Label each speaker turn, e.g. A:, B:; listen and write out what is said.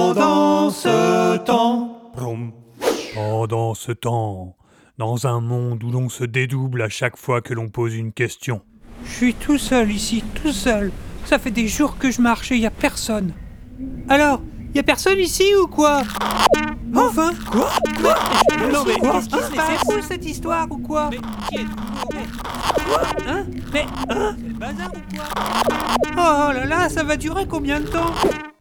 A: Pendant ce temps,
B: Vroom. Pendant ce temps, dans un monde où l'on se dédouble à chaque fois que l'on pose une question,
A: je suis tout seul ici, tout seul. Ça fait des jours que je marche et y a personne. Alors, y a personne ici ou quoi Enfin Quoi Non mais qu'est-ce qui se passe C'est fou cette histoire ou quoi Mais qui Hein Mais hein C'est le bazar ou quoi Oh là là, ça va durer combien de temps